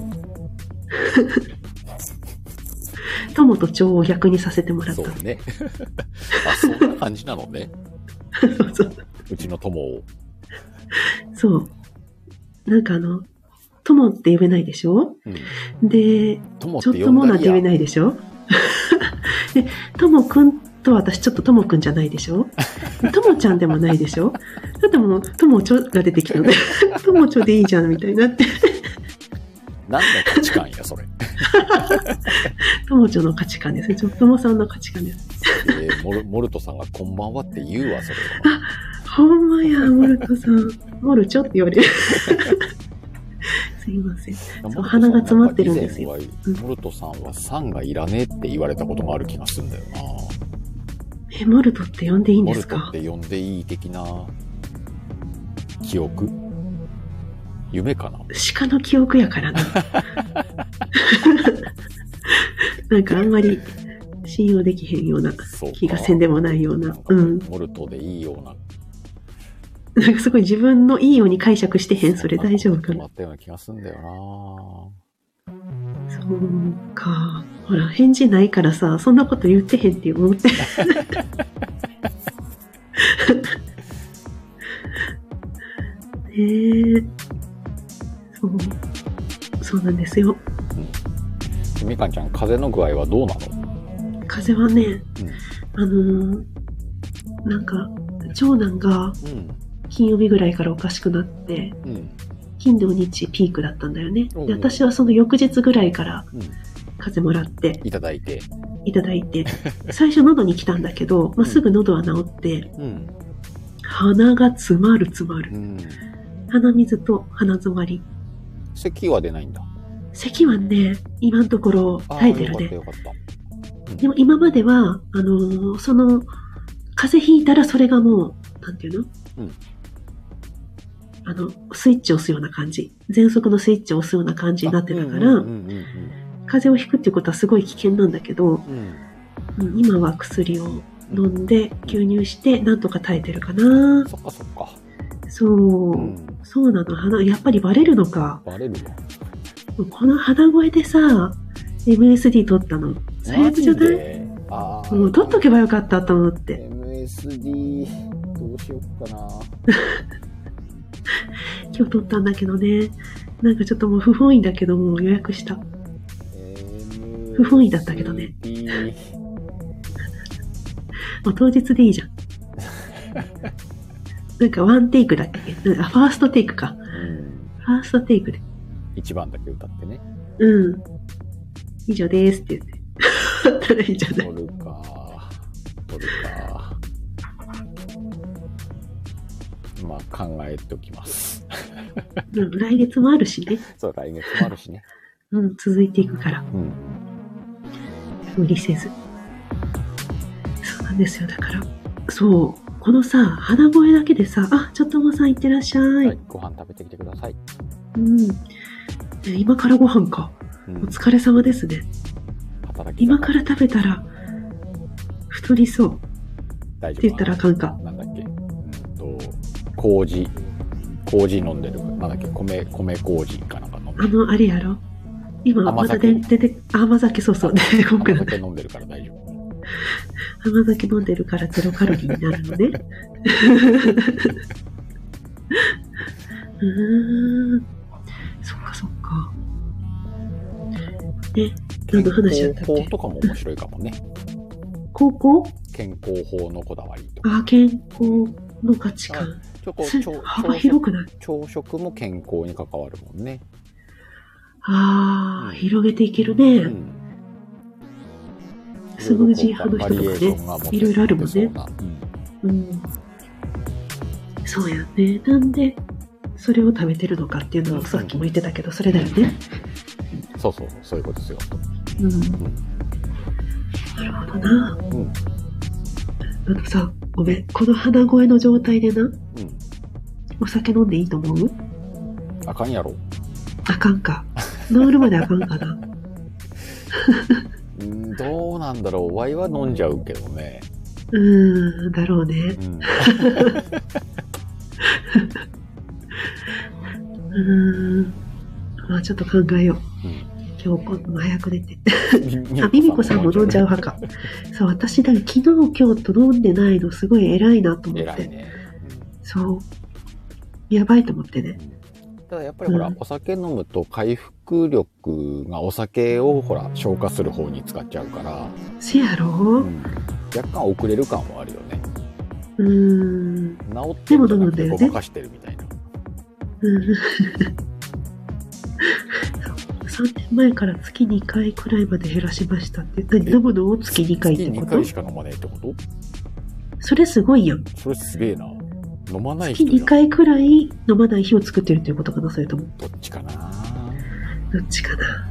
[SPEAKER 2] ともとちょを逆にさせてもらった
[SPEAKER 1] そ。うね。 あ、そんな感じなのね。
[SPEAKER 2] そうそう。
[SPEAKER 1] うちの友を。
[SPEAKER 2] そう。なんかあの、ともって呼べないでしょ
[SPEAKER 1] うん。
[SPEAKER 2] で、
[SPEAKER 1] 友っ
[SPEAKER 2] ちょって
[SPEAKER 1] 呼
[SPEAKER 2] と
[SPEAKER 1] ん
[SPEAKER 2] も
[SPEAKER 1] だ
[SPEAKER 2] なんて
[SPEAKER 1] り
[SPEAKER 2] 言え
[SPEAKER 1] や。
[SPEAKER 2] ないでしょ で、ともくんと私ちょっとともくんじゃないでしょともちゃんでもないでしょだってもう、ともちょが出てきたので、ともちょでいいじゃんみたいになって、
[SPEAKER 1] 何の価値観や、それ。
[SPEAKER 2] ともちょの価値観ですね。ちょともさんの価値観です。
[SPEAKER 1] えーモルモルトさんがこんばんはって言うわ、それは。
[SPEAKER 2] ほんまや、モルトさん。モルチョって言われる。 すいません。 そう鼻が詰まってるんですよ
[SPEAKER 1] モルトさんなんか以前はモルトさんは酸がいらねえって言われたことがある気がするんだよな。
[SPEAKER 2] え、モルトって呼んでいいん
[SPEAKER 1] モ
[SPEAKER 2] で
[SPEAKER 1] ル
[SPEAKER 2] す
[SPEAKER 1] トっ
[SPEAKER 2] か
[SPEAKER 1] て呼んでいい的な記憶夢かな
[SPEAKER 2] 鹿の記憶やから な。なんかあんまり信用できへんような。
[SPEAKER 1] そうか
[SPEAKER 2] 気がせんでもないよう
[SPEAKER 1] な。
[SPEAKER 2] なん
[SPEAKER 1] か
[SPEAKER 2] うん。
[SPEAKER 1] モルトでいいような。
[SPEAKER 2] なんかすごい自分のいいように解釈してへん、それ大丈夫か
[SPEAKER 1] も
[SPEAKER 2] な
[SPEAKER 1] ら。ったような気がするんだよ
[SPEAKER 2] そうか。ほら、返事ないからさ、そんなこと言ってへんって思 って。ねえ。そう。そうなんですよ。
[SPEAKER 1] な。みかんちゃん、風邪の具合はどうなの
[SPEAKER 2] 風はね、あのーなんか、長男が
[SPEAKER 1] うん。
[SPEAKER 2] 金曜日ぐらいからおかしくなって、
[SPEAKER 1] うん。うん。
[SPEAKER 2] 金土日ピークだったんだよね。
[SPEAKER 1] うんう
[SPEAKER 2] で
[SPEAKER 1] ん
[SPEAKER 2] 私はその翌日ぐらいから
[SPEAKER 1] うん。
[SPEAKER 2] 風邪もらって
[SPEAKER 1] いただいて。
[SPEAKER 2] いただい て、最初喉に来たんだけど、まあ、すぐ喉は治って、
[SPEAKER 1] うん。
[SPEAKER 2] 鼻が詰まる詰まる。
[SPEAKER 1] うん。
[SPEAKER 2] 鼻水と鼻詰まり。
[SPEAKER 1] 咳は出ないんだ。
[SPEAKER 2] 咳はね、今のところ
[SPEAKER 1] あ
[SPEAKER 2] 耐えてるね。
[SPEAKER 1] よかったよかっ
[SPEAKER 2] でも今までは、あのーその、風邪ひいたらそれがもう、なんていうの
[SPEAKER 1] うん
[SPEAKER 2] あの、スイッチを押すような感じ。喘息のスイッチを押すような感じ
[SPEAKER 1] た。
[SPEAKER 2] になってたか
[SPEAKER 1] う
[SPEAKER 2] ら、
[SPEAKER 1] んうんうん
[SPEAKER 2] 風邪をひくっていうことはすごい危険なんだけど、
[SPEAKER 1] うんうん。
[SPEAKER 2] うん今は薬を飲んで吸入してなんとか耐えてるかな
[SPEAKER 1] そっかそっか。
[SPEAKER 2] そう、
[SPEAKER 1] うん。
[SPEAKER 2] そうなの鼻やっぱりバレるのか
[SPEAKER 1] バレるわ。
[SPEAKER 2] この鼻声でさ MSD 取ったの最悪じゃない
[SPEAKER 1] いああ。
[SPEAKER 2] もう取っとけばよかったと思って。
[SPEAKER 1] MSD、どうしよっかな。
[SPEAKER 2] 今日取ったんだけどね。なんかちょっともう不本意だけどもう予約した。
[SPEAKER 1] 不
[SPEAKER 2] 不本意だったけどね。もう当日でいいじゃん。なんかワンテイクだっけうんあ、ファーストテイクか。
[SPEAKER 1] うん。
[SPEAKER 2] ファーストテイクで。
[SPEAKER 1] 一番だけ歌ってね。
[SPEAKER 2] うん。以上ですって言って。たらいいじゃない。
[SPEAKER 1] 取るか。取るか。まあ考えておきます。
[SPEAKER 2] うん、来月もあるしね。
[SPEAKER 1] そう、来月もあるしね。
[SPEAKER 2] うん、続いていくから。
[SPEAKER 1] うん。
[SPEAKER 2] 無理せず。そうなんですよ。だから、そう。このさ、鼻声だけでさ、あ、ちょっとおばさんいってらっしゃい。
[SPEAKER 1] はい、ご飯食べてきてください。
[SPEAKER 2] うん。今からご飯か。
[SPEAKER 3] うん
[SPEAKER 2] お疲れ様ですね。
[SPEAKER 3] 働き
[SPEAKER 2] 今
[SPEAKER 3] 盛
[SPEAKER 2] か
[SPEAKER 3] り
[SPEAKER 2] ら食べたら、太りそうっ
[SPEAKER 3] 大
[SPEAKER 2] て
[SPEAKER 3] 丈夫
[SPEAKER 2] 言ったらあかんか。
[SPEAKER 3] なんだっけうんと
[SPEAKER 1] 麹、麹飲んでる。なんだっけ、米、米麹かなんか飲んで
[SPEAKER 2] あ
[SPEAKER 1] る。
[SPEAKER 2] の、あれやろ今、
[SPEAKER 1] 甘
[SPEAKER 2] まだ
[SPEAKER 1] 酒
[SPEAKER 2] で出て、甘酒、そう そう、出てこんく
[SPEAKER 1] 甘
[SPEAKER 2] な
[SPEAKER 1] 酒飲んでるから大丈夫。
[SPEAKER 2] 甘酒飲んでるからゼロカロリーになるのね。 うーん。そっかそっか。え、何の話だったっ
[SPEAKER 1] 健康
[SPEAKER 2] け
[SPEAKER 1] 法とかも面白いかもね。
[SPEAKER 2] 高校
[SPEAKER 1] 健康法のこだわりとか。
[SPEAKER 2] あ、健康の価値観。
[SPEAKER 1] ちょこ
[SPEAKER 2] す
[SPEAKER 1] ちょ
[SPEAKER 2] 幅
[SPEAKER 1] 朝食
[SPEAKER 2] 広くない
[SPEAKER 1] 朝食も健康に関わるもんね。
[SPEAKER 2] ああ、広げていける
[SPEAKER 3] う
[SPEAKER 2] ね。
[SPEAKER 3] ん
[SPEAKER 2] スムージー派の人とかね。
[SPEAKER 1] ね
[SPEAKER 2] いろいろあるもんね
[SPEAKER 1] うん
[SPEAKER 2] うん。そうやね。なんで、それを食べてるのかっていうのはさっきも言ってたけど、それだよね。
[SPEAKER 1] そうそうそう、そういうことですよ。
[SPEAKER 2] うん。なるほどな。
[SPEAKER 3] うん
[SPEAKER 2] あのさ、ごめん。この鼻声の状態でな、お酒飲んでいいと思う
[SPEAKER 1] あかんやろ。
[SPEAKER 2] あかんか。治るまであかんかな。
[SPEAKER 1] うんどうなんだろう。ワイは飲んじゃうけどね。
[SPEAKER 2] うーん、だろうね。
[SPEAKER 1] うん。
[SPEAKER 2] うーん。まあちょっと考えよう。
[SPEAKER 1] う
[SPEAKER 2] 今日今度も早く寝て。
[SPEAKER 1] ん
[SPEAKER 2] あ、ミミコさんも飲んじゃう派か。そう、私だ、昨日今日と飲んでないのすごい偉いなと思っ
[SPEAKER 1] 偉
[SPEAKER 2] て。
[SPEAKER 1] いね。うん
[SPEAKER 2] そう。やばいと思ってね。
[SPEAKER 1] ただやっぱりほら、
[SPEAKER 2] うん
[SPEAKER 1] お酒飲むと回復力がお酒をほら、消化する方に使っちゃうから、
[SPEAKER 2] せや
[SPEAKER 1] う
[SPEAKER 2] ろ
[SPEAKER 1] ん若干遅れる感はあるよね。
[SPEAKER 2] うー
[SPEAKER 1] 治っ
[SPEAKER 2] ん。
[SPEAKER 1] てるんじゃなくて
[SPEAKER 2] でも飲むんだよ
[SPEAKER 1] ご
[SPEAKER 2] ね
[SPEAKER 1] まかしてるみたいな。
[SPEAKER 2] うん3年前から月2回くらいまで減らしましたって何飲むのを月2回って
[SPEAKER 1] 月
[SPEAKER 2] こ
[SPEAKER 1] 2
[SPEAKER 2] と
[SPEAKER 1] 回しか飲まないってこと
[SPEAKER 2] それすごいやん
[SPEAKER 1] それすげえな。飲まない
[SPEAKER 2] 月
[SPEAKER 1] 人じゃん
[SPEAKER 2] 2回くらい飲まない日を作ってるっていうことかなそれとも
[SPEAKER 1] どっちかな
[SPEAKER 2] どっちかなは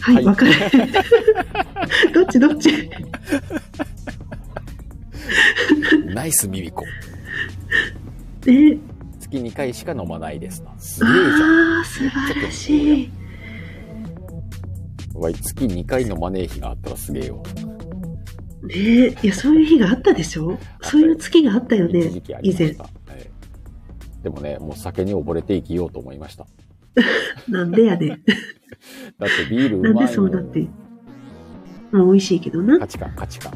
[SPEAKER 1] はい
[SPEAKER 2] いわ、 かるどっちどっち
[SPEAKER 1] ナイスミミコ。
[SPEAKER 2] え
[SPEAKER 1] 月2回しか飲まないですな。すげえじゃん。
[SPEAKER 2] ああ素晴らしい
[SPEAKER 1] わい、月2回飲まねえ日があったらすげえよ。
[SPEAKER 2] ねいやそういう日があったでしょそういう月があったよ
[SPEAKER 1] 一
[SPEAKER 2] ね
[SPEAKER 1] 時期ありました。ええでもね、もう酒に溺れて生きようと思いました。
[SPEAKER 2] なんでやね
[SPEAKER 1] だってビール
[SPEAKER 2] な
[SPEAKER 1] うんまいもん
[SPEAKER 2] でそうなってもう美味しいけどな
[SPEAKER 1] 価値観、価値観。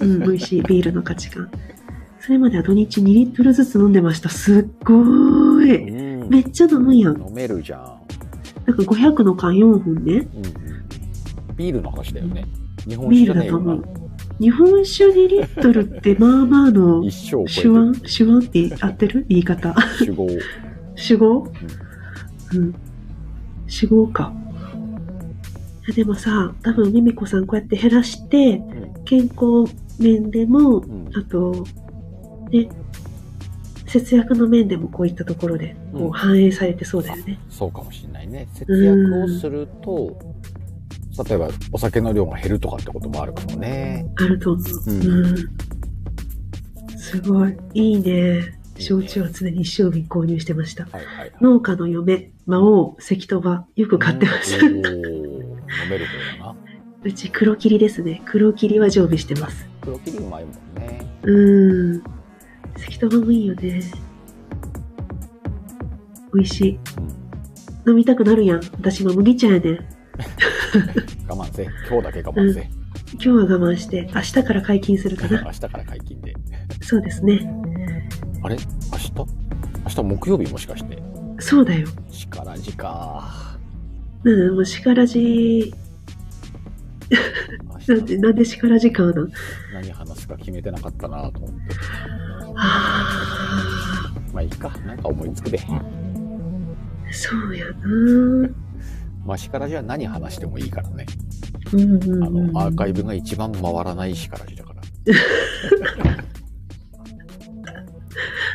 [SPEAKER 2] うん、美味しい。ビールの価値観。それまでは土日2リットルずつ飲んでました。すっご
[SPEAKER 1] う
[SPEAKER 2] ーい。
[SPEAKER 1] ん
[SPEAKER 2] めっちゃ飲むやん。
[SPEAKER 1] 飲めるじゃん。
[SPEAKER 2] なんか500の缶4本ね。
[SPEAKER 1] うんうんビールの話だよね。日本酒
[SPEAKER 2] ビ
[SPEAKER 1] じ
[SPEAKER 2] ー
[SPEAKER 1] ゃ
[SPEAKER 2] ル
[SPEAKER 1] ね
[SPEAKER 2] だ
[SPEAKER 1] え
[SPEAKER 2] と
[SPEAKER 1] よ
[SPEAKER 2] 思
[SPEAKER 1] な
[SPEAKER 2] う。。日本酒2リットルってまあまあの
[SPEAKER 1] 一生を
[SPEAKER 2] 手
[SPEAKER 1] 超
[SPEAKER 2] 腕、手腕って合ってる言い方。
[SPEAKER 1] えてる。酒豪。
[SPEAKER 2] 主語うん。主語か。いやでもさ、多分ミミコさんこうやって減らして、
[SPEAKER 1] う
[SPEAKER 2] 健康面でも
[SPEAKER 1] ん。うん
[SPEAKER 2] あと、ね、節約の面でもこういったところでこ
[SPEAKER 1] うん
[SPEAKER 2] う反映されてそうだよね。
[SPEAKER 1] そうかもしれないね。節約をすると、例えばお酒の量が減るとかってこともあるかもね。
[SPEAKER 2] あると思う。
[SPEAKER 1] うん
[SPEAKER 2] うん。すごい。いいね。焼酎は常に一生瓶購入してました。
[SPEAKER 1] はいはいはい。
[SPEAKER 2] 農家の嫁、魔王、関戸はよく買ってました。
[SPEAKER 1] おー
[SPEAKER 2] う
[SPEAKER 1] 飲める方だな。
[SPEAKER 2] ち黒霧ですね。黒霧は常備してます。
[SPEAKER 1] 黒切りうまいもんね。
[SPEAKER 2] うん。関戸はもいいよね。美味しい。
[SPEAKER 1] うん。
[SPEAKER 2] 飲みたくなるやん。私今麦茶やねん。
[SPEAKER 1] 我慢せ。今日だけ我慢せ。
[SPEAKER 2] 今日は我慢して、明日から解禁するかな。
[SPEAKER 1] 明日から解禁で。
[SPEAKER 2] そうですね。
[SPEAKER 1] あれ明日明日木曜日もしかして。
[SPEAKER 2] そうだよ。
[SPEAKER 1] 力じか。
[SPEAKER 2] うん、もう叱らじ、
[SPEAKER 1] 明日
[SPEAKER 2] なんで、なんで叱らじかな。
[SPEAKER 1] 何話すか決めてなかったなと思って。
[SPEAKER 2] あ
[SPEAKER 1] まあいいか。なんか思いつくで。
[SPEAKER 2] あ、そうやな。うん
[SPEAKER 1] まあ、しからじは何話してもいいからね。
[SPEAKER 2] うん
[SPEAKER 1] あ
[SPEAKER 2] うん、
[SPEAKER 1] の、アーカイブが一番回らないしからじだから。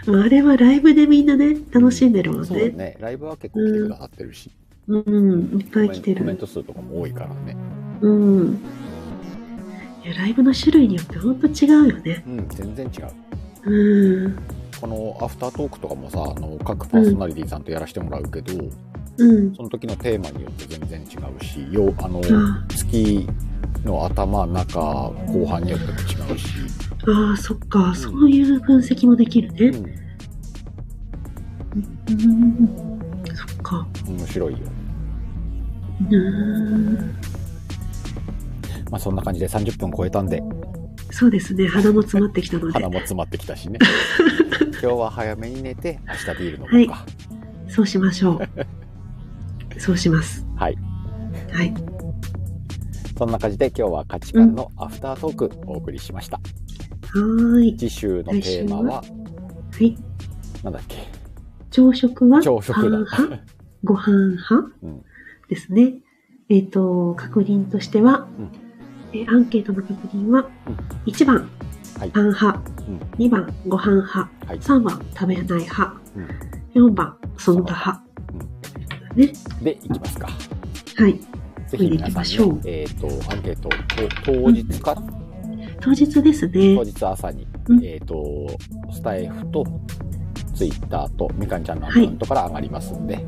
[SPEAKER 2] まあ、あれはライブでみんなね、楽しんでるもん
[SPEAKER 1] そうだ
[SPEAKER 2] ね。
[SPEAKER 1] ね。ライブは結構来てくださってるし。
[SPEAKER 2] うん、いっぱい来て
[SPEAKER 1] コメン
[SPEAKER 2] る。
[SPEAKER 1] ト数とかも多いからね。
[SPEAKER 2] うん。いや、ライブの種類によってほんと違うよね。
[SPEAKER 1] うん、全然違う。
[SPEAKER 2] うん。
[SPEAKER 1] ここのアフタートークとかもさあの各パーソナリティさんとやらせてもらうけど、
[SPEAKER 2] うん。
[SPEAKER 1] その時のテーマによって全然違うしようあの
[SPEAKER 2] あ
[SPEAKER 1] 月の頭中後半によっても違うし、
[SPEAKER 2] ああ、そっか。そういう分析もできるね。うん。そっか。
[SPEAKER 1] うん、面白いよ
[SPEAKER 2] うん。
[SPEAKER 1] まあそんな感じで30分超えたんで
[SPEAKER 2] そうですね。鼻も詰まってきたので
[SPEAKER 1] 鼻。も詰まってきたし ね今日は早めに寝て明日ビール飲もうか
[SPEAKER 2] そうしましょ う。そうします。
[SPEAKER 1] はい、
[SPEAKER 2] はい。
[SPEAKER 1] そんな感じで今日は価値観のアフタートークお送りしました、
[SPEAKER 2] はーい。
[SPEAKER 1] 次週のテーマは
[SPEAKER 2] はい。
[SPEAKER 1] なんだっけ
[SPEAKER 2] 朝食は
[SPEAKER 1] 朝食だ
[SPEAKER 2] パン派ご飯派、
[SPEAKER 1] うん
[SPEAKER 2] ですね。えっ、と、確認としては、
[SPEAKER 1] うん
[SPEAKER 2] えーアンケートの確認は、
[SPEAKER 1] うん
[SPEAKER 2] 1番、
[SPEAKER 1] はい
[SPEAKER 2] パン派、
[SPEAKER 1] うん
[SPEAKER 2] 2番、ご飯派、
[SPEAKER 1] はい
[SPEAKER 2] 3番、食べない派、
[SPEAKER 1] うん
[SPEAKER 2] 4番、その他派。ね。
[SPEAKER 1] でいきますか
[SPEAKER 2] はい。
[SPEAKER 1] ぜひ皆
[SPEAKER 2] これでいき
[SPEAKER 1] さ
[SPEAKER 2] ましょ
[SPEAKER 1] ん
[SPEAKER 2] う
[SPEAKER 1] ね、えっとアンケートを当日かな、
[SPEAKER 2] 当日ですね
[SPEAKER 1] 当。日朝に、
[SPEAKER 2] うん
[SPEAKER 1] えっ、と、スタイフと、ツイッターと、みかんちゃんのアカウントから上がりますんで、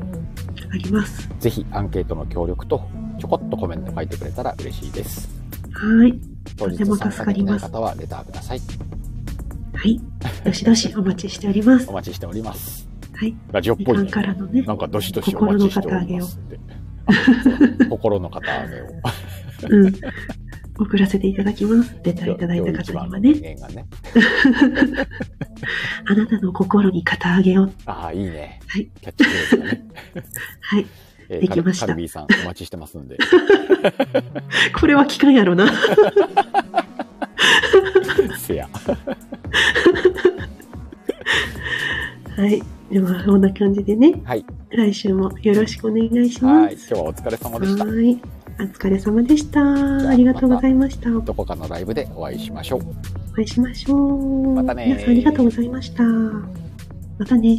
[SPEAKER 2] あります。
[SPEAKER 1] ぜひアンケートの協力と、ちょこっとコメント書いてくれたら嬉しいです。
[SPEAKER 2] はい。
[SPEAKER 1] 当日
[SPEAKER 2] とても
[SPEAKER 1] 参
[SPEAKER 2] 助
[SPEAKER 1] 加
[SPEAKER 2] か
[SPEAKER 1] でき
[SPEAKER 2] り
[SPEAKER 1] な
[SPEAKER 2] ま
[SPEAKER 1] い
[SPEAKER 2] す
[SPEAKER 1] 方はレターください。
[SPEAKER 2] はい。どしどしお待ちしております
[SPEAKER 1] お。待ちしております。
[SPEAKER 2] はい。
[SPEAKER 1] ラジオっ
[SPEAKER 2] み
[SPEAKER 1] ぽ
[SPEAKER 2] か
[SPEAKER 1] い、
[SPEAKER 2] ん
[SPEAKER 1] ね。
[SPEAKER 2] からのね
[SPEAKER 1] な。んかどしどしお待ちしておりますって。あ心の肩上げを。
[SPEAKER 2] うん。送らせていただきます。レターいただいた
[SPEAKER 1] 今日一
[SPEAKER 2] 方
[SPEAKER 1] 番
[SPEAKER 2] に
[SPEAKER 1] の
[SPEAKER 2] はね。
[SPEAKER 1] 名言がね。
[SPEAKER 2] あなたの心に肩上げを。
[SPEAKER 1] ああ、いいね。
[SPEAKER 2] はい。
[SPEAKER 1] キャッチフレーズが ね。
[SPEAKER 2] はい。
[SPEAKER 1] えー
[SPEAKER 2] できました
[SPEAKER 1] カルビーさん、お待ちしてますんで。
[SPEAKER 2] これは聞かんやろな。
[SPEAKER 1] せや。
[SPEAKER 2] はい。では、こんな感じでね、
[SPEAKER 1] はい。
[SPEAKER 2] 来週もよろしくお願いし
[SPEAKER 1] は
[SPEAKER 2] ま
[SPEAKER 1] い。今日
[SPEAKER 2] す。
[SPEAKER 1] はお疲れ様でした。
[SPEAKER 2] はい。お疲れ様でした。
[SPEAKER 1] じゃあ
[SPEAKER 2] ありがとうございました。
[SPEAKER 1] どこかのライブでお会いしましょう。
[SPEAKER 2] お会いしましょう。
[SPEAKER 1] またねー
[SPEAKER 2] 皆さんありがとうございました。またね。